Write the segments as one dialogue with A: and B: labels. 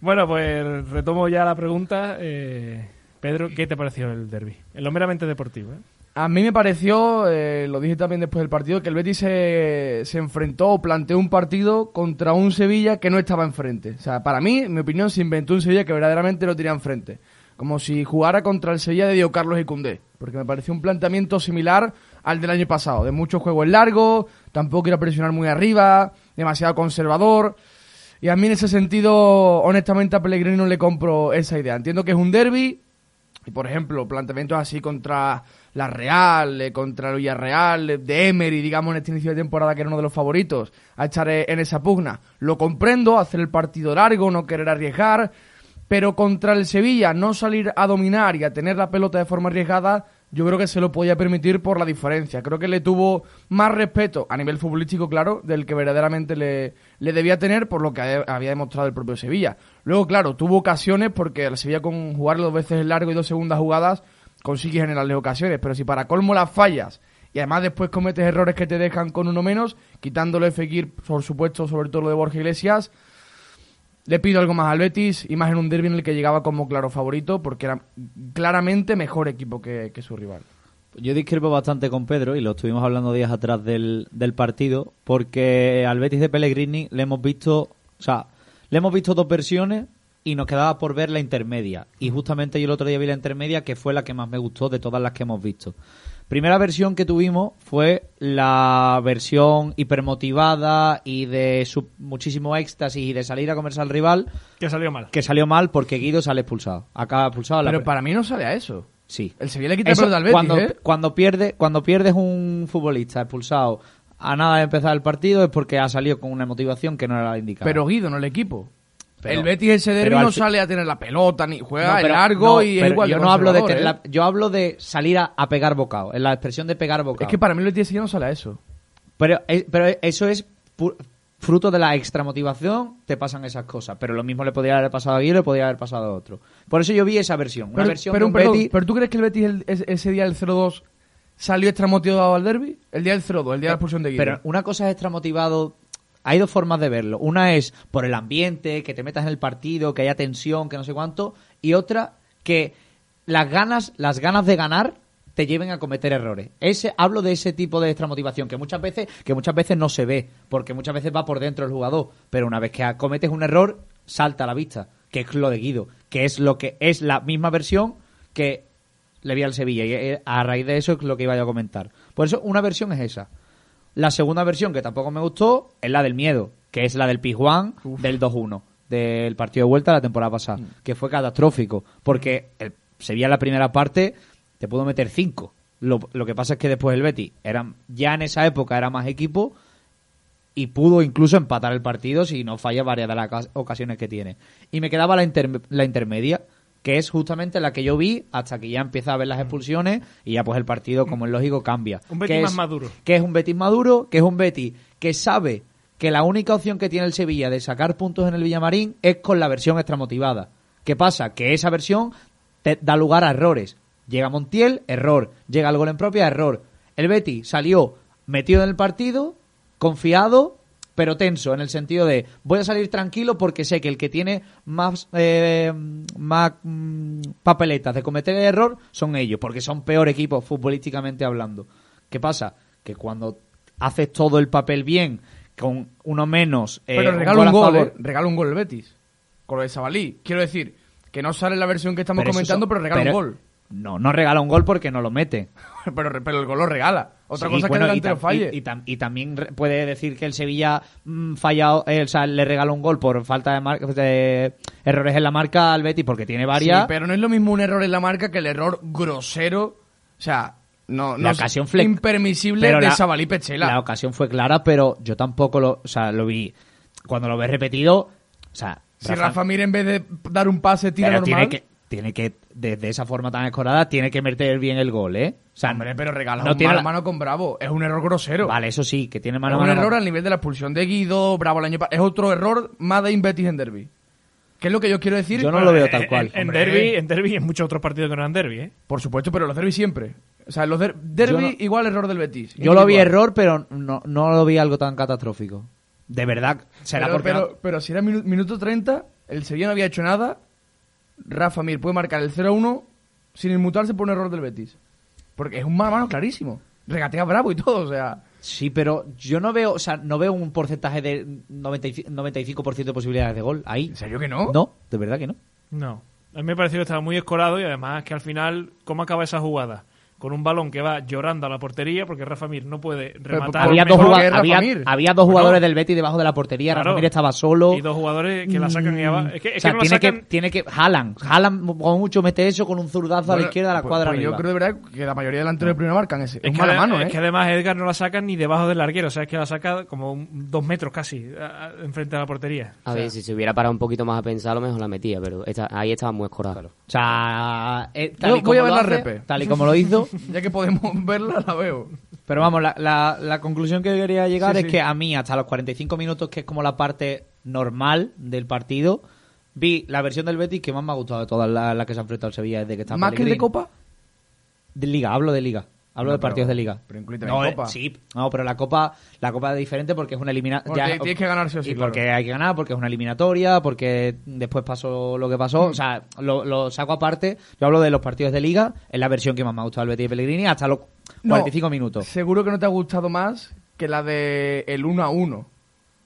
A: Bueno, pues retomo ya la pregunta. Eh, Pedro, ¿qué te pareció el derby? En lo meramente deportivo. ¿eh?
B: A mí me pareció, eh, lo dije también después del partido, que el Betis se, se enfrentó o planteó un partido contra un Sevilla que no estaba enfrente. O sea, para mí, en mi opinión, se inventó un Sevilla que verdaderamente lo tenía enfrente. Como si jugara contra el Sevilla de Diego Carlos y Cundé. Porque me pareció un planteamiento similar al del año pasado. De muchos juegos largos, tampoco ir a presionar muy arriba, demasiado conservador. Y a mí en ese sentido, honestamente, a Pellegrini no le compro esa idea. Entiendo que es un derby, y por ejemplo, planteamientos así contra la Real, eh, contra el Villarreal, eh, de Emery, digamos, en este inicio de temporada, que era uno de los favoritos, a echar eh, en esa pugna. Lo comprendo, hacer el partido largo, no querer arriesgar, pero contra el Sevilla, no salir a dominar y a tener la pelota de forma arriesgada, yo creo que se lo podía permitir por la diferencia. Creo que le tuvo más respeto, a nivel futbolístico, claro, del que verdaderamente le, le debía tener por lo que ha- había demostrado el propio Sevilla. Luego, claro, tuvo ocasiones porque el Sevilla con jugar dos veces el largo y dos segundas jugadas consigues generarles ocasiones, pero si para colmo las fallas y además después cometes errores que te dejan con uno menos, quitándole Fekir, por supuesto, sobre todo lo de Borja Iglesias, le pido algo más al Betis y más en un derbi en el que llegaba como claro favorito porque era claramente mejor equipo que, que su rival.
C: Yo discrepo bastante con Pedro y lo estuvimos hablando días atrás del, del partido porque al Betis de Pellegrini le hemos visto, o sea, le hemos visto dos versiones y nos quedaba por ver la intermedia. Y justamente yo el otro día vi la intermedia que fue la que más me gustó de todas las que hemos visto. Primera versión que tuvimos fue la versión hipermotivada y de su- muchísimo éxtasis y de salir a comerse al rival,
A: Que salió mal.
C: que salió mal porque Guido sale expulsado. Acaba expulsado. a la
B: Pero
C: pre-
B: para mí no sale a eso.
C: Sí.
B: El Sevilla le quita
C: pues. Eso,
B: el al Betis,
C: cuando,
B: ¿eh?
C: cuando, pierde, cuando pierdes un futbolista expulsado a nada de empezar el partido es porque ha salido con una motivación que no era la indicada.
B: Pero Guido, no el equipo.
C: Pero-
B: el Betis ese derbi
C: pero al
B: no
C: fi-
B: sale a tener la pelota, ni juega
C: No, pero-
B: el largo
C: no,
B: y es
C: pero
B: igual
C: yo
B: de
C: no hablo de
B: conservador,
C: te-
B: ¿eh?
C: la- yo hablo de salir a, a pegar bocado, en la expresión de pegar bocado.
B: Es que para mí el Betis ese día no sale a eso.
C: pero, es- pero eso es pu- fruto de la extramotivación, te pasan esas cosas, pero lo mismo le podría haber pasado a Guido, le podría haber pasado a otro. Por eso yo vi esa versión, una
B: Pero,
C: versión
B: pero,
C: de un
B: perdón,
C: Betis-
B: ¿pero tú crees que el Betis el- es- ese día del 0-2 salió extramotivado al derby? El día del 0-2, el día de la expulsión de Guido.
C: Eh, Pero una cosa es extramotivado. Hay dos formas de verlo. Una es por el ambiente, que te metas en el partido, que haya tensión, que no sé cuánto. Y otra, que las ganas, las ganas de ganar te lleven a cometer errores. Ese, hablo de ese tipo de extramotivación que muchas veces, que muchas veces no se ve, porque muchas veces va por dentro el jugador. Pero una vez que cometes un error, salta a la vista, que es lo de Guido, que es lo que es la misma versión que le vi al Sevilla. Y eh, a raíz de eso es lo que iba yo a comentar. Por eso, una versión es esa. La segunda versión, que tampoco me gustó, es la del miedo, que es la del Pijuán del 2-1, del partido de vuelta de la temporada pasada, que fue catastrófico, porque el Sevilla en la primera parte te pudo meter 5. Lo, lo que pasa es que después el Betis, eran, ya en esa época era más equipo y pudo incluso empatar el partido si no falla varias de las ocas- ocasiones que tiene. Y me quedaba la, inter- la intermedia, que es justamente la que yo vi hasta que ya empieza a ver las expulsiones y ya pues el partido, como es lógico, cambia.
A: Mm. Un Betis
C: Que
A: más
C: es-
A: maduro.
C: Que es un Betis maduro, que es un Betis que sabe que la única opción que tiene el Sevilla de sacar puntos en el Villamarín es con la versión extramotivada. ¿Qué pasa? Que esa versión te da lugar a errores. Llega Montiel, error. Llega el gol en propia, error. El Betis salió metido en el partido, confiado, pero tenso, en el sentido de voy a salir tranquilo porque sé que el que tiene más, eh, más mm, papeletas de cometer el error son ellos, porque son peor equipo futbolísticamente hablando. ¿Qué pasa? Que cuando haces todo el papel bien, con uno menos... eh,
B: Pero
C: un
B: regala un
C: a
B: gol,
C: favor-
B: ¿eh? regala un gol el Betis. Con lo de Sabalí. Quiero decir, que no sale la versión que estamos
C: pero eso
B: comentando,
C: son-
B: pero regala
C: pero-
B: un gol.
C: No, no regala un gol porque no lo mete.
B: pero, pero el gol lo regala. Otra
C: Sí,
B: cosa es
C: bueno,
B: que el
C: y
B: delantero
C: tam-
B: falle.
C: Y, y tam- y también re- puede decir que el Sevilla mm, falla, eh, o sea, le regaló un gol por falta de, mar- de errores en la marca al Betis porque tiene varias.
B: Sí, pero no es lo mismo un error en la marca que el error grosero. O sea, no, no
C: la
B: es
C: ocasión fle-
B: impermisible
C: pero
B: de
C: la-
B: Sabalí Pechela.
C: La ocasión fue clara, pero yo tampoco lo, o sea, lo vi. Cuando lo ves repetido, o sea,
B: si Rafa Mir en vez de dar un pase tira
C: pero
B: normal.
C: tiene que tiene que desde esa forma tan escorada tiene que meter bien el gol, ¿eh? O sea,
B: Hombre, pero regala
C: no
B: un
C: tiene
B: mano,
C: la-
B: a mano con Bravo. Es un error grosero.
C: Vale, eso sí, que tiene
B: es
C: mano a
B: un
C: mano.
B: error al nivel de la expulsión de Guido, Bravo el año pasado. Es otro error más de Betis en derby. ¿Qué es lo que yo quiero decir? Pues,
C: Yo no lo veo tal cual.
A: Eh, En, en
B: Hombre.
A: derby, en derby, y en muchos otros partidos que no eran derby, ¿eh?
B: Por supuesto, pero los derbis siempre. O sea, los der- derby
C: no-
B: igual error del Betis.
C: Yo lo vi
B: Individual.
C: error, pero no, no lo vi algo tan catastrófico. De verdad, será
B: Pero,
C: porque
B: pero,
C: no-
B: pero si era minu- minuto 30, El Sevilla no había hecho nada. Rafa Mir puede marcar el 0-1 sin inmutarse por un error del Betis. Porque es un mano a mano clarísimo. Regatea bravo y todo, o sea.
C: Sí, pero yo no veo, o sea, no veo un porcentaje de 95% 95% de posibilidades de gol ahí.
B: ¿En serio que no?
C: No, de verdad que no.
A: No. A mí me pareció que estaba muy escorado y además que al final, ¿cómo acaba esa jugada? Con un balón que va llorando a la portería porque Rafa Mir no puede rematar.
C: Había dos,
B: mejor
C: jugada-
B: que Rafa
C: había-
B: Mir.
C: había dos
A: Bueno.
C: jugadores del Betis debajo de la portería,
A: Claro.
C: Rafa Mir estaba solo.
A: y dos jugadores que la sacan y abajo. Es que, es
C: o sea,
A: que no la
C: tiene,
A: sacan.
C: que, tiene que. Jalan. Jalan como mucho, mete eso con un zurdazo a la
B: Bueno,
C: izquierda, a la
B: pues-
C: cuadra.
B: pues
C: arriba.
B: yo creo de verdad que la mayoría delanteros de primera marcan ese. Es,
A: Es que,
B: mala
A: adem-
B: mano,
A: es
B: ¿eh?
A: que además Edgar no la saca ni debajo del larguero, o sea, es que la saca como un- dos metros casi a- a- enfrente de la portería.
D: A ver, si se hubiera parado un poquito más a pensar, a lo mejor la metía, pero esta- ahí estaba muy escorada.
C: O sea, eh, tal
B: Yo
C: y
B: voy
C: como
B: a ver
C: lo
B: la
C: hace,
B: repe.
C: Tal y como lo hizo.
B: Ya que podemos verla, la veo.
C: Pero vamos, la, la- la conclusión que quería llegar
B: Sí,
C: es
B: sí.
C: que a mí, hasta los 45 minutos, que es como la parte normal del partido, vi la versión del Betis que más me ha gustado de todas las las que se ha enfrentado al Sevilla desde que está
B: ¿Más que el de
C: Pellegrini.
B: Copa?
C: De Liga, hablo de Liga. Hablo
B: No,
C: de partidos
B: pero-
C: de Liga.
B: pero incluye también
C: no, eh,
B: Copa.
C: Sí, no, pero la Copa, la Copa es diferente porque es una eliminatoria.
B: Porque tienes que ganar sí o sí,
C: Y porque
B: claro.
C: hay que ganar, porque es una eliminatoria, porque después pasó lo que pasó.
B: Mm.
C: O sea, lo, lo saco aparte. Yo hablo de los partidos de Liga, es la versión que más me ha gustado del Betis y Pellegrini hasta los
B: No,
C: 45 minutos.
B: Seguro que no te ha gustado más que la de el 1 a 1.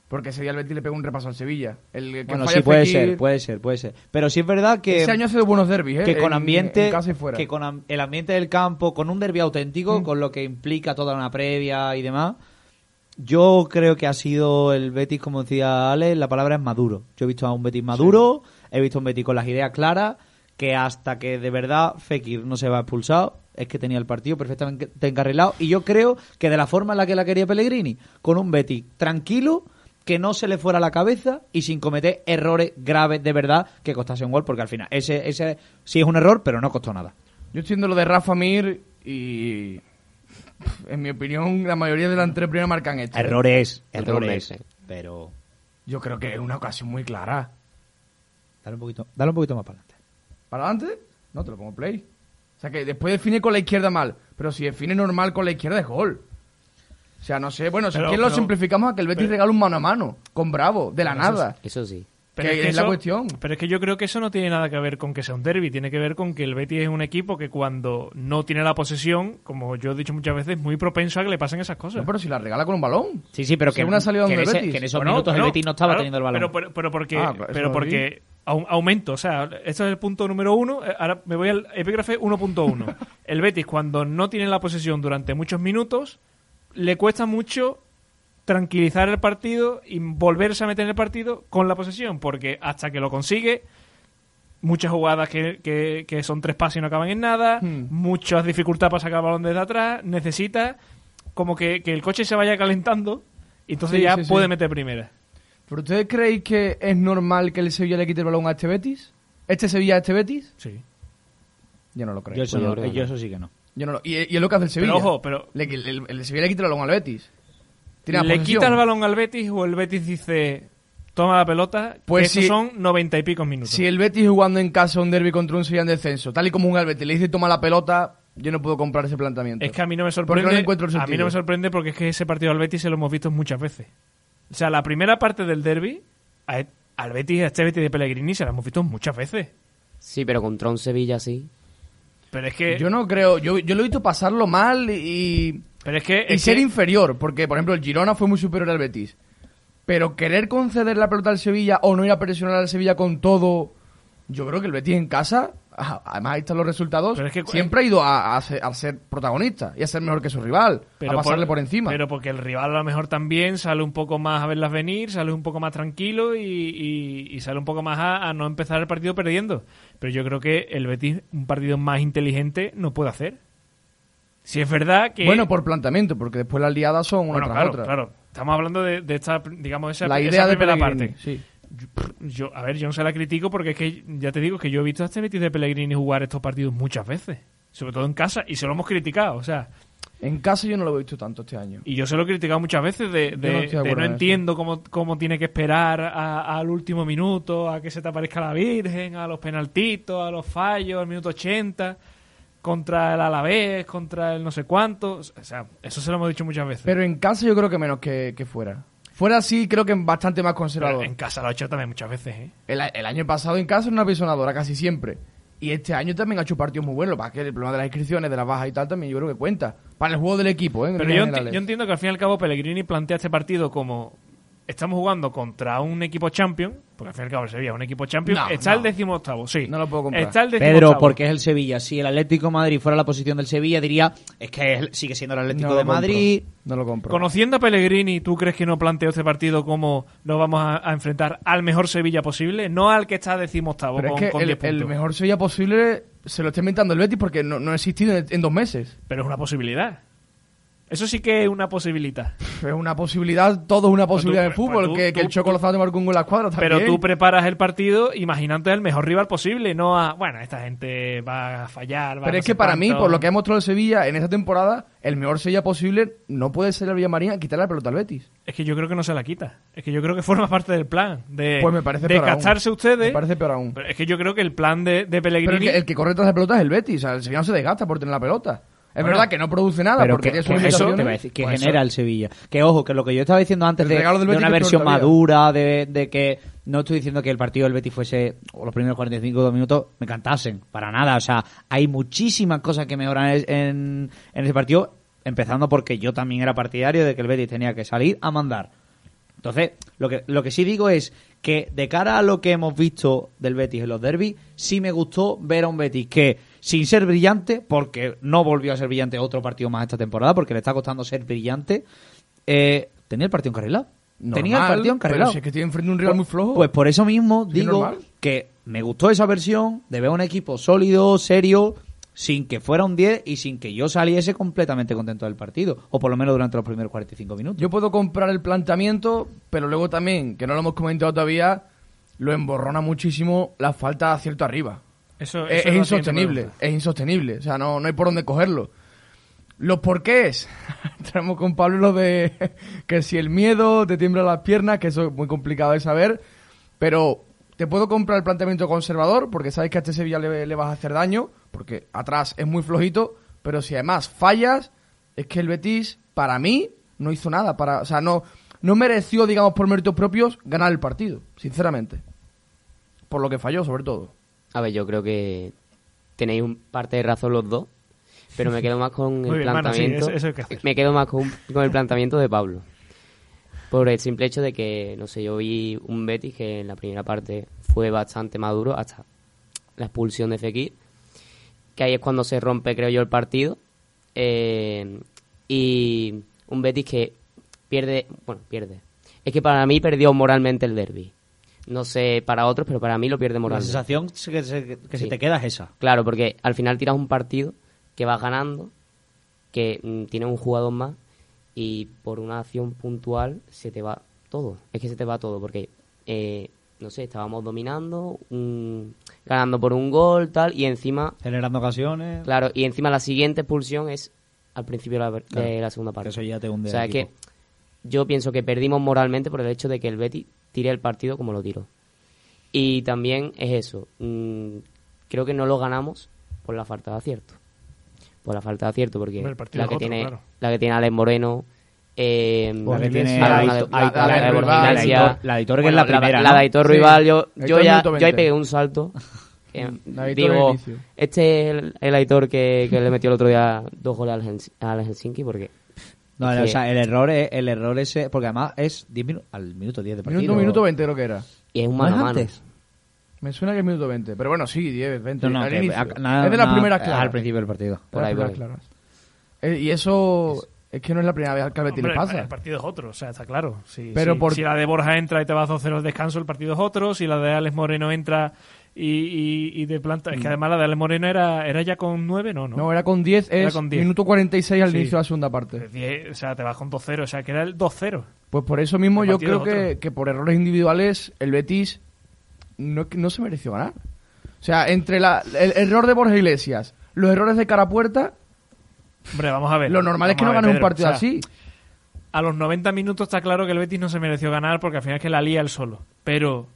B: Porque ese día el Betis le pegó un repaso al Sevilla. El que
C: Bueno,
B: falla
C: sí, puede
B: Fekir.
C: ser, puede ser, puede ser. Pero sí es verdad que.
B: Ese año ha sido buenos derbis, ¿eh?
C: que
B: En-
C: con ambiente
B: en casa y fuera. Mm.
C: que con am- el ambiente del campo con un derbi auténtico con lo que implica toda una previa y demás yo creo que ha sido el Betis como decía Ale la palabra es maduro yo he visto a un Betis maduro he visto a un Betis con las ideas claras que hasta que de verdad Fekir no se va expulsado es que tenía el partido perfectamente encarrilado y yo creo que de la forma en la que la quería Pellegrini con un Betis tranquilo que no se le fuera la cabeza y sin cometer errores graves de verdad que costase un gol, porque al final ese, ese sí es un error, pero no costó nada.
B: Yo estoy viendo lo de Rafa Mir y. pff, En mi opinión, la mayoría de las tres primeras marcan esto.
C: Errores,
D: No te
C: errores.
D: convence.
C: Pero
B: Yo creo que es una ocasión muy clara.
C: dale un poquito, dale un poquito más para adelante.
B: ¿Para adelante? No, te lo pongo play. O sea que después define con la izquierda mal. Pero si define normal con la izquierda es gol. O sea, no sé. Bueno, si
A: Pero-
B: quieres lo
A: pero-
B: simplificamos a que el Betis
A: pero-
B: regala un mano a mano. Con Bravo, de la
A: Pero eso
B: nada.
D: Eso sí.
B: Que es la cuestión.
A: Pero es que yo creo que eso no tiene nada que ver con que sea un derby, tiene que ver con que el Betis es un equipo que cuando no tiene la posesión, como yo he dicho muchas veces, es muy propenso a que le pasen esas cosas.
B: No, pero si la regala con un balón.
C: Sí, sí, pero
B: Si
C: que,
B: una salida
C: que,
B: donde
C: en ese-
B: Betis.
C: que en esos
A: Bueno,
C: minutos el
A: bueno,
C: Betis no estaba
A: claro,
C: teniendo el balón.
A: Pero, pero- pero porque,
B: Ah, claro, eso
A: pero
B: lo
A: porque au- aumento, o sea, esto es el punto número uno. eh, Ahora me voy al epígrafe 1.1. el Betis, cuando no tiene la posesión durante muchos minutos, le cuesta mucho tranquilizar el partido y volverse a meter en el partido con la posesión, porque hasta que lo consigue, muchas jugadas que, que- que son tres pases y no acaban en nada,
B: Hmm.
A: muchas dificultades para sacar el balón desde atrás, necesita como que, que el coche se vaya calentando y entonces
B: Sí,
A: ya
B: sí, sí.
A: puede meter primera.
B: ¿Pero ustedes creéis que es normal que el Sevilla le quite el balón a este Betis? ¿Este Sevilla a este Betis?
A: Sí.
B: Yo no lo creo.
C: yo,
B: Yo,
C: eso
D: Pues yo
C: no-
D: creo que
C: yo
D: no.
C: eso sí que no.
B: no lo... y, y es lo que hace el Sevilla.
A: Pero ojo, pero
B: Le- el, el- el Sevilla le quita el balón al Betis. Tiene la
A: ¿le
B: posesión.
A: quita el balón al Betis o el Betis dice toma la pelota?
B: Pues
A: Pues
B: sí.
A: son noventa y pico minutos.
B: Si el Betis jugando en casa un derby contra un Sevilla en descenso, tal y como un al Betis, le dice toma la pelota, yo no puedo comprar ese planteamiento.
A: Es que a mí no me
B: Porque no le
A: sorprende.
B: encuentro
A: a
B: el
A: mí no
B: sentido.
A: me sorprende porque es que ese partido al Betis se lo hemos visto muchas veces. O sea, la primera parte del derby al Betis, a este Betis de Pellegrini se la hemos visto muchas veces.
D: Sí, pero contra un Sevilla sí.
A: Pero es que
B: Yo no creo, yo, yo lo he visto pasarlo mal y,
A: pero es que
B: y
A: es
B: ser
A: que-
B: inferior, porque por ejemplo el Girona fue muy superior al Betis. Pero querer conceder la pelota al Sevilla o no ir a presionar al Sevilla con todo, yo creo que el Betis en casa, a- además ahí están los resultados,
A: Pero es que- eh,
B: siempre ha ido a, a ser, a ser protagonista y a ser mejor que su rival, a pasarle por, encima.
A: Pero porque el rival a lo mejor también sale un poco más a verlas venir, sale un poco más tranquilo y, y- y sale un poco más a, a no empezar el partido perdiendo. Pero yo creo que el Betis, un partido más inteligente, no puede hacer. Si es verdad que.
B: Bueno, por planteamiento, porque después las liadas son una
A: Bueno,
B: tras
A: claro,
B: otra.
A: claro. Estamos hablando de, de esta, digamos, esa,
B: la
A: esa
B: idea de
A: primera
B: Pellegrini,
A: parte.
B: sí.
A: Yo, pff, yo- a ver, yo no se la critico porque es que, ya te digo, que yo he visto a este Betis de Pellegrini jugar estos partidos muchas veces. Sobre todo en casa, y se lo hemos criticado. O sea,
B: En casa yo no lo he visto tanto este año.
A: Y yo se lo he criticado muchas veces de, de-
B: Yo no
A: de
B: estoy de
A: no,
B: acuerdo en eso.
A: entiendo cómo, cómo tiene que esperar a- al último minuto, a que se te aparezca la Virgen, a los penaltitos, a los fallos, al minuto 80, contra el Alavés, contra el no sé cuánto. O sea, eso se lo hemos dicho muchas veces.
B: Pero en casa yo creo que menos que, que fuera. Fuera así, creo que bastante más
A: Pero
B: conservador.
A: en casa lo ha hecho también muchas veces, ¿eh?
B: El, a- el año pasado en casa era una apisonadora casi siempre. Y este año también ha hecho partidos muy buenos. Para que el problema de las inscripciones, de las bajas y tal, también yo creo que cuenta. Para el juego del equipo, ¿eh? En
A: Pero yo,
B: líneas
A: enti-
B: generales.
A: yo entiendo que al fin y al cabo Pellegrini plantea este partido como estamos jugando contra un equipo champion, porque al fin y al cabo el Sevilla es un equipo champion,
B: No,
A: está
B: no.
A: el décimo octavo, sí.
B: No lo puedo comprar.
A: Está el
C: Pedro,
A: decimoctavo.
C: porque es el Sevilla. Si el Atlético de Madrid fuera la posición del Sevilla, diría, es que es- sigue siendo el Atlético
B: No lo
C: de Madrid.
B: compro. No lo compro.
A: Conociendo a Pellegrini, ¿tú crees que no planteó este partido como nos vamos a, a enfrentar al mejor Sevilla posible? No al que está decimoctavo
B: Pero
A: con,
B: es que
A: con
B: el,
A: 10 puntos.
B: el mejor Sevilla posible se lo está inventando el Betis porque no, no ha existido en, en dos meses.
A: Pero es una posibilidad. Eso sí que es una posibilidad.
B: Es una posibilidad, todo es una posibilidad
A: pues
B: en el fútbol.
A: tú-
B: que,
A: tú-
B: que el
A: tú-
B: Choco Lozano te marque un gol a la escuadra también.
A: Pero tú preparas el partido imaginándote el mejor rival posible, no a, bueno, esta gente va a fallar. va a
B: Pero
A: no
B: es
A: sé
B: que para mí,
A: cuánto.
B: por lo que ha mostrado el Sevilla en esta temporada, el mejor Sevilla posible no puede ser el Villamarín a quitar la pelota al Betis.
A: Es que yo creo que no se la quita. Es que yo creo que forma parte del plan. De,
B: Pues me parece
A: de
B: peor aún.
A: gastarse Eh, ustedes.
B: Me parece peor aún.
A: Pero es que yo creo que el plan de, de
B: Pero
A: Pellegrini.
B: el que, el que corre tras la pelota es el Betis. O sea, el Sevilla no se desgasta por tener la pelota. Es
A: Bueno,
B: verdad que no produce nada
C: Pero
B: porque tiene
C: que,
B: sus
C: que eso
B: limitaciones.
C: te iba a decir, que
B: Pues eso.
C: genera el Sevilla. Que ojo, que lo que yo estaba diciendo antes
B: El
C: de,
B: regalo del
C: de
B: Betis
C: una
B: es peor
C: versión
B: todavía.
C: madura, de, de que no estoy diciendo que el partido del Betis fuese, o los primeros 45 minutos me cantasen, para nada. O sea, hay muchísimas cosas que mejoran es- en, en ese partido, empezando porque yo también era partidario de que el Betis tenía que salir a mandar. Entonces, lo que, lo que sí digo es que de cara a lo que hemos visto del Betis en los derbis, sí me gustó ver a un Betis que, sin ser brillante, porque no volvió a ser brillante otro partido más esta temporada, porque le está costando ser brillante, eh, tenía el partido encarrilado. tenía el
B: Normal,
C: partido encarrilado.
B: Pero si es que estoy enfrente de un Real muy flojo.
C: Pues por eso mismo
B: Sí,
C: digo
B: normal.
C: que me gustó esa versión de ver un equipo sólido, serio, sin que fuera un 10 y sin que yo saliese completamente contento del partido, o por lo menos durante los primeros 45 minutos.
B: Yo puedo comprar el planteamiento, pero luego también, que no lo hemos comentado todavía, lo emborrona muchísimo la falta de acierto arriba.
A: Eso-
B: Eh,
A: eso
B: es,
A: lo
B: es
A: siguiente
B: insostenible,
A: que
B: es insostenible. O sea, no, no hay por dónde cogerlo. Los porqués. Tenemos con Pablo lo de que si el miedo te tiembla las piernas, que eso es muy complicado de saber. Pero te puedo comprar el planteamiento conservador, porque sabes que a este Sevilla le, le vas a hacer daño, porque atrás es muy flojito. Pero si además fallas, es que el Betis, para mí, no hizo nada. Para, o sea, no, no mereció, digamos, por méritos propios, ganar el partido, sinceramente. Por lo que falló, sobre todo.
D: A ver, yo creo que tenéis un parte de razón los dos, pero me quedo más con
A: Muy
D: el
A: bien, mano, sí,
D: planteamiento.
A: eso- eso hay que hacer.
D: me quedo más con, con el planteamiento de Pablo. Por el simple hecho de que, no sé, yo vi un Betis que en la primera parte fue bastante maduro hasta la expulsión de Fekir, que ahí es cuando se rompe, creo yo, el partido. Eh, y un Betis que pierde, bueno, pierde. Es que para mí perdió moralmente el derby. No sé para otros, pero para mí lo pierde
C: La
D: moralmente.
C: sensación que se, que se
D: Sí.
C: te queda es esa.
D: Claro, porque al final tiras un partido que vas ganando, que mm, tiene un jugador más y por una acción puntual se te va todo. Es que se te va todo porque, eh, no sé, estábamos dominando, mm, ganando por un gol, tal, y encima,
C: Generando ocasiones.
D: claro, y encima la siguiente expulsión es al principio de la, de
C: Claro,
D: la segunda parte.
C: que eso ya te hunde
D: O sea,
C: al
D: es que
C: equipo.
D: yo pienso que perdimos moralmente por el hecho de que el Betty tire el partido como lo tiró. Y también es eso. mm, creo que no lo ganamos por la falta de acierto. Por la falta de acierto, porque
A: Hombre, el partido
D: la
A: es
D: que,
A: otro,
D: tiene,
A: claro.
D: la que tiene Alex Moreno. eh,
C: La que tiene
D: Alba
C: a
D: Magna-
C: Aitor-
D: Alba
B: la- la-
D: Magna-
B: la-
D: Borja
B: la- la-
D: Iglesias.
C: la- la de Aitor, que es la primera,
D: La,
C: ¿no?
D: de Aitor
B: Sí.
D: Rival, yo, yo,
B: Aitor
D: ya,
B: minuto
D: yo ahí
B: 20.
D: pegué un salto. Eh,
B: La Aitor del
D: digo,
B: inicio.
D: este es el, el Aitor que, que le metió el otro día dos goles al, Hels- al Helsinki, porque
C: No,
D: Sí.
C: o sea, el error es el error ese, porque además es 10 minu- al minuto 10 de partido.
B: Minuto, minuto 20 creo que era.
D: y es un
C: ¿No es
D: mano a mano.
C: antes?
B: Me suena que es minuto 20, pero bueno, sí, 10, 20.
C: No, no,
B: al
C: que-
B: inicio.
C: a- nada-
B: es de las
C: nada- eh,
B: primeras claras.
C: Al principio del partido.
B: De las
D: Por ahí, por
B: primeras
D: ahí.
B: claras. Eh, y eso es que no es la primera vez que al
A: hemos-
B: Betis le
A: Hombre, eh,
B: pasa.
A: El partido es otro, o sea, está claro. Si,
B: Pero
A: si-
B: por-
A: si la de Borja entra y te vas 2-0 al descanso, el partido es otro. Si la de Alex Moreno entra y, y, y te planta. Es que además la de Alex Moreno era, era ya con 9, no, no.
B: Mm. No, era con 10,
A: Era
B: es
A: con 10.
B: minuto 46 al
A: Sí.
B: inicio de la segunda parte.
A: Die- o sea, te vas con 2-0, o sea, que era el 2-0.
B: Pues por eso mismo
A: El
B: yo
A: partido
B: creo
A: es
B: que,
A: otro.
B: que por errores individuales el Betis no, no se mereció ganar. O sea, entre la, el error de Borja Iglesias, los errores de cara a puerta,
A: Hombre, vamos a ver.
B: lo normal es que no
A: Vamos a ver,
B: ganes un
A: Pedro,
B: partido
A: o sea,
B: así.
A: A los 90 minutos está claro que el Betis no se mereció ganar porque al final es que la lía él solo. Pero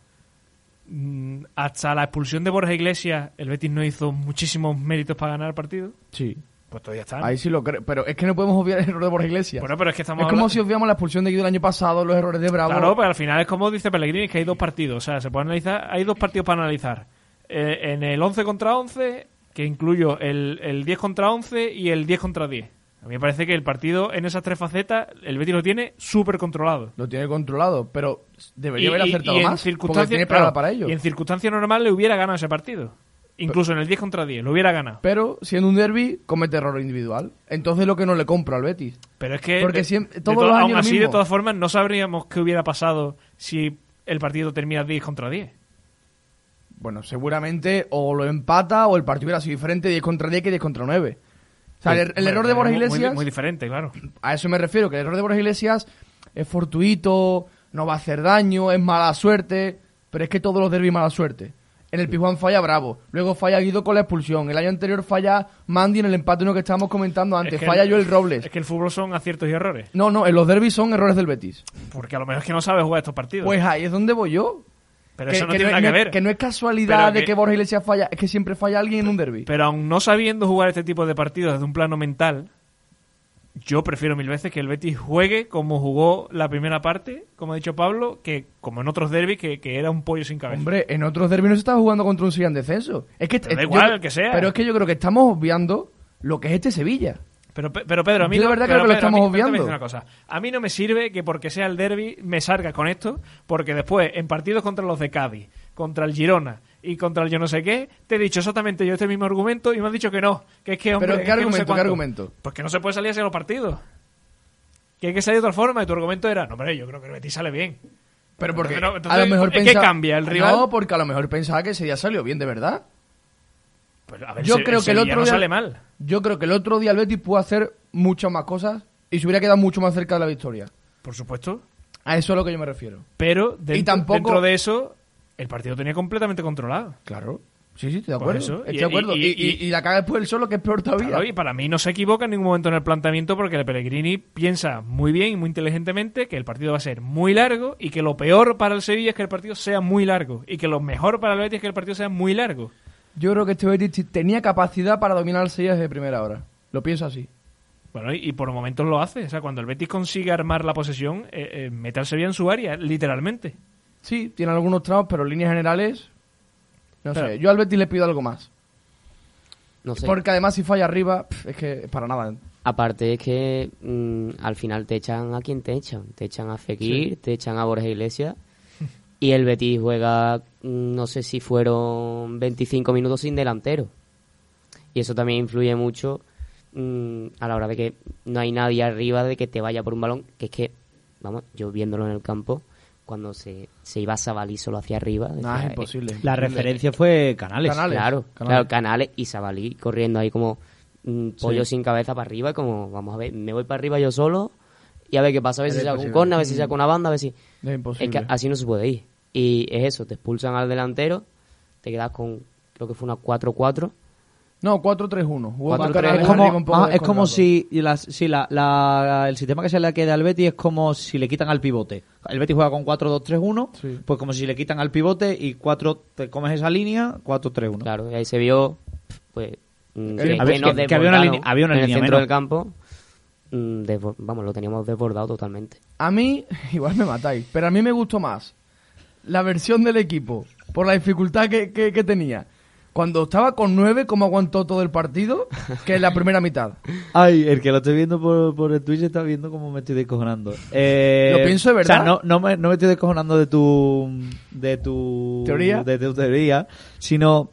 A: mm, hasta la expulsión de Borja Iglesias, el Betis no hizo muchísimos méritos para ganar el partido.
B: Sí.
A: Pues todavía están.
B: Ahí sí lo creo. Pero es que no podemos obviar el error de Borja Iglesias.
A: Bueno, pero es que estamos
B: es como
A: hablando-
B: si obviamos la expulsión de Guido el año pasado, los errores de Bravo.
A: Claro, pero al final es como dice Pellegrini, que hay dos partidos. O sea, se puede analizar, hay dos partidos para analizar. Eh, en el 11 contra 11, que incluyo el, el 10 contra 11 y el 10 contra 10. A mí me parece que el partido en esas tres facetas, el Betis lo tiene súper controlado.
B: Lo tiene controlado, pero
A: Y-
B: debería haber
A: y-
B: acertado
A: y en
B: más. porque
A: circunstancias-
B: tiene parada
A: claro,
B: para ello.
A: Y en circunstancias normales le hubiera ganado ese partido. Incluso en el 10 contra 10, lo hubiera ganado.
B: Pero siendo un derby, comete error individual. Entonces lo que no le compro al Betis.
A: Pero es que.
B: Porque
A: de-
B: siempre-
A: de
B: todos
A: todo-
B: los años
A: aún
B: lo
A: así,
B: mismo.
A: de todas formas, no sabríamos qué hubiera pasado si el partido termina 10 contra 10.
B: Bueno, seguramente o lo empata o el partido hubiera sido diferente 10 contra 10 que 10 contra 9. O sea, el, el
A: Pues, Hombre,
B: error de Borja
A: muy- muy-
B: Iglesias...
A: Muy, diferente, claro.
B: A eso me refiero, que el error de Borja Iglesias es fortuito, no va a hacer daño, es mala suerte, pero es que todos los derbis mala suerte. En el Pijuán falla Bravo, luego falla Guido con la expulsión, el año anterior falla Mandy en el empate uno que estábamos comentando antes,
A: Es que
B: falla
A: el-
B: Joel Robles.
A: Es que el fútbol son aciertos y errores.
B: No, no, en los derbis son errores del Betis.
A: Porque a lo mejor es que no sabes jugar estos partidos.
B: Pues ahí es donde voy yo.
A: pero eso no tiene
B: es-
A: nada que
B: es-
A: ver.
B: que no es casualidad
A: Pero
B: de
A: que-
B: que Borja Iglesias falla, es que siempre falla alguien en un derby.
A: Pero aun no sabiendo jugar este tipo de partidos desde un plano mental, yo prefiero mil veces que el Betis juegue como jugó la primera parte, como ha dicho Pablo, que como en otros derbis, que, que era un pollo sin cabeza.
B: Hombre, en otros derbis no se está jugando contra un Sevilla en descenso. Es que
A: Pero da
B: yo-
A: igual, el que sea.
B: Pero es que yo creo que estamos obviando lo que es este Sevilla.
A: Pero, Pe- pero Pedro, a mí
B: Yo de
A: no,
B: verdad
A: pero
B: creo que lo
A: Pedro, a mí-
B: estamos
A: pero te voy a
B: obviando.
A: decir una cosa. A mí no me sirve que porque sea el derby me salga con esto, porque después en partidos contra los de Cádiz, contra el Girona y contra el yo no sé qué, te he dicho exactamente yo este mismo argumento y me han dicho que no, que es que hombre,
B: Pero,
A: es
B: ¿qué
A: que no sé
B: argumento, qué
A: cuánto.
B: argumento?
A: Pues que no se puede salir hacia los partidos. Que hay que salir de otra forma y tu argumento era, no hombre, yo creo que el Betis sale bien.
B: Pero porque
A: Entonces, no,
B: a
A: entonces,
B: lo mejor
A: ¿qué
B: pensa-
A: cambia? ¿El rival?
B: No, porque a lo mejor pensaba que ese día salió bien, de verdad.
A: Pues, a ver,
B: Yo
A: se-
B: creo que el
A: Sevilla
B: otro
A: no
B: día-
A: sale mal.
B: Yo creo que el otro día el Betis pudo hacer muchas más cosas y se hubiera quedado mucho más cerca de la victoria.
A: Por supuesto.
B: A eso es a lo que yo me refiero.
A: Pero dentro,
B: tampoco-
A: dentro de eso, el partido tenía completamente controlado.
B: Claro. Sí, sí, estoy de
A: Por
B: acuerdo.
A: Pues eso.
B: Estoy
A: Y-
B: de acuerdo.
A: y-
B: Y,
A: y-
B: y- y la caga después el solo, que es peor todavía.
A: Claro, y para mí no se equivoca en ningún momento en el planteamiento porque el Pellegrini piensa muy bien y muy inteligentemente que el partido va a ser muy largo y que lo peor para el Sevilla es que el partido sea muy largo y que lo mejor para el Betis es que el partido sea muy largo.
B: Yo creo que este Betis t- tenía capacidad para dominar al Sevilla desde primera hora. Lo pienso así.
A: Bueno, y, y por momentos lo hace. O sea, cuando el Betis consigue armar la posesión, eh, eh, mete al Sevilla en su área, literalmente.
B: Sí, tiene algunos tramos, pero en líneas generales. No
A: Pero-
B: sé. Yo al Betis le pido algo más.
D: No sé.
B: Porque además, si falla arriba, pf, es que para nada.
D: Aparte es que mm, al final te echan a quien te echan. Te echan a Fekir, te echan a Borja Iglesias. Y el Betis juega, mm, no sé si fueron 25 minutos sin delantero. Y eso también influye mucho mm, a la hora de que no hay nadie arriba de que te vaya por un balón. Que es que, vamos, yo viéndolo en el campo, cuando se, se iba Sabalí solo hacia arriba.
B: Nada,
D: decía,
B: es
D: eh,
B: imposible.
C: La referencia fue Canales.
B: Canales.
D: Claro,
B: Canales.
D: claro, canales y Sabalí corriendo ahí como mm, pollo sin cabeza para arriba, como vamos a ver, me voy para arriba yo solo y a ver qué pasa, a ver
B: Es
D: si saco un
B: imposible.
D: corner, a ver si saco una banda, a ver si...
B: Es ah, imposible.
D: Es que así no se puede ir. Y es eso, te expulsan al delantero, te quedas con, creo que fue una 4-4.
B: No, 4-3-1. Hubo más
D: 4-3-1.
B: carreras
D: Es
C: Es
D: como-
B: arriba un
C: como,
B: poco
C: ah, es
B: descolgado.
C: como si, las- si la- la- el sistema que se le queda al Betis es como si le quitan al pivote. El Betis juega con 4-2-3-1,
B: Sí.
C: pues como si le quitan al pivote y 4 te comes esa línea, 4-3-1.
D: Claro, y ahí se vio, pues, mm,
B: El-
D: que,
B: a
C: ver,
D: que nos
C: que- que había una
D: desbordaron
C: línea- había una
D: en el
C: línea
D: centro
C: menos.
D: del campo, mm, desbor- vamos, lo teníamos desbordado totalmente.
B: A mí, igual me matáis, pero a mí me gustó más la versión del equipo por la dificultad que, que- que tenía. Cuando estaba con 9, como aguantó todo el partido, que en la primera mitad.
C: Ay, el que lo esté viendo por, por el Twitch está viendo cómo me estoy descojonando. Eh,
B: Lo pienso de
C: O
B: verdad.
C: sea, no, no, me, no me estoy descojonando de tu. de tu.
B: ¿Teoría?
C: de tu teoría, sino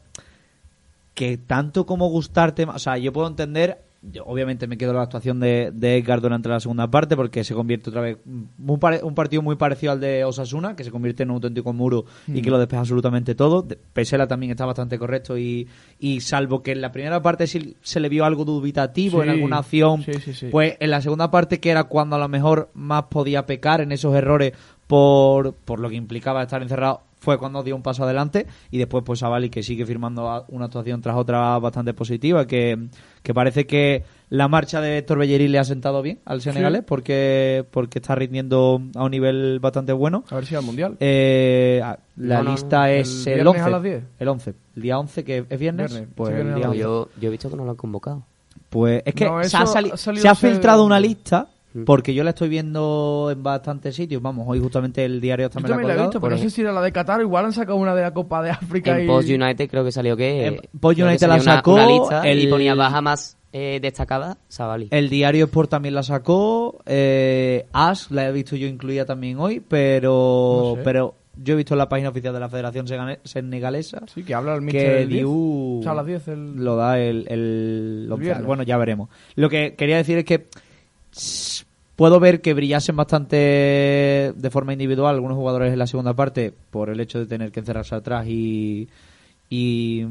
C: que tanto como gustarte. más- O sea, yo puedo entender. yo obviamente me quedo la actuación de, de Edgar durante la segunda parte porque se convierte otra vez un, pare- un partido muy parecido al de Osasuna que se convierte en un auténtico muro y
B: Mm.
C: que lo despeja absolutamente todo De- Pesela también está bastante correcto y, y salvo que en la primera parte sí se le vio algo dubitativo en
B: Sí,
C: alguna acción
B: sí, sí, sí.
C: pues pues en la segunda parte, que era cuando a lo mejor más podía pecar en esos errores por, por lo que implicaba estar encerrado, fue cuando dio un paso adelante. Y después, pues Savali, que sigue firmando a- una actuación tras otra bastante positiva, que, que parece que la marcha de Héctor Bellerín le ha sentado bien al senegalés, porque, porque está rindiendo a un nivel bastante bueno.
B: A ver si va al mundial.
C: Eh, ah, la
D: No, no, no.
C: lista es
B: ¿El
C: el
B: viernes
C: 11.
B: a las 10?
C: El 11. El día 11, que es viernes.
B: Viernes,
C: Pues
B: sí, viernes a
C: el día
B: las
D: Pero
C: 11.
D: yo, yo he visto que no lo han convocado.
C: Pues es que
B: No,
C: se,
B: eso
C: ha sali-
B: ha salido
C: se ha
B: hace-
C: filtrado una lista
D: Mm.
C: porque yo la estoy viendo en bastantes sitios. Vamos, hoy justamente el diario
B: Yo
C: también,
B: también la he
C: ha
B: visto,
C: colgado.
B: pero no
D: Por
B: sé si era la de Qatar, igual han sacado una de la Copa de África
D: En
B: y...
D: Post United creo que salió que.
C: En Post
D: creo que
C: United
D: salió
C: la
D: una-
C: sacó,
D: Una, lista
C: el-
D: Y ponía baja más eh, destacada,
B: pues.
D: Sabali.
C: El diario Sport también la sacó. eh, As la he visto yo incluida también hoy, pero
B: No sé.
C: pero yo he visto en la página oficial de la Federación Segane- Senegalesa
B: Sí, que habla el Mister
C: que
B: del 10.
C: Diu
B: O sea, a las 10 el-
C: lo da el, el, once.
B: viernes.
C: Bueno, ya veremos. Lo que quería decir es que s- puedo ver que brillasen bastante de forma individual algunos jugadores en la segunda parte por el hecho de tener que encerrarse atrás y, y,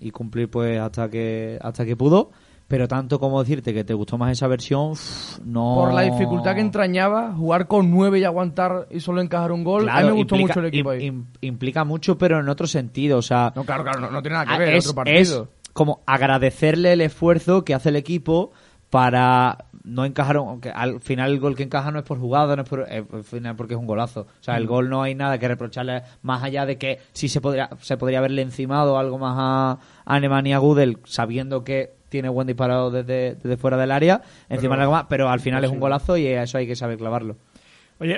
C: y cumplir pues hasta que hasta que pudo. Pero tanto como decirte que te gustó más esa versión, uff, no.
B: Por la dificultad que entrañaba jugar con 9 y aguantar y solo encajar un gol, a mí
C: Claro,
B: me gustó
C: implica-
B: mucho el equipo
C: im-
B: ahí.
C: im- implica mucho, pero en otro sentido. O sea,
B: No, claro, claro, no, no tiene nada
C: Ah,
B: que ver,
C: es,
B: otro partido.
C: es como agradecerle el esfuerzo que hace el equipo para no encajar, un- aunque al final el gol que encaja no es por jugada, no es por, eh, al final porque es un golazo. O
B: Mm.
C: sea, el gol no hay nada que reprocharle más allá de que sí se podría, se podría haberle encimado algo más a, a Nemanja Gudel sabiendo que tiene buen disparado desde, desde fuera del área, encima algo más, pero al final es un golazo y a eso hay que saber clavarlo.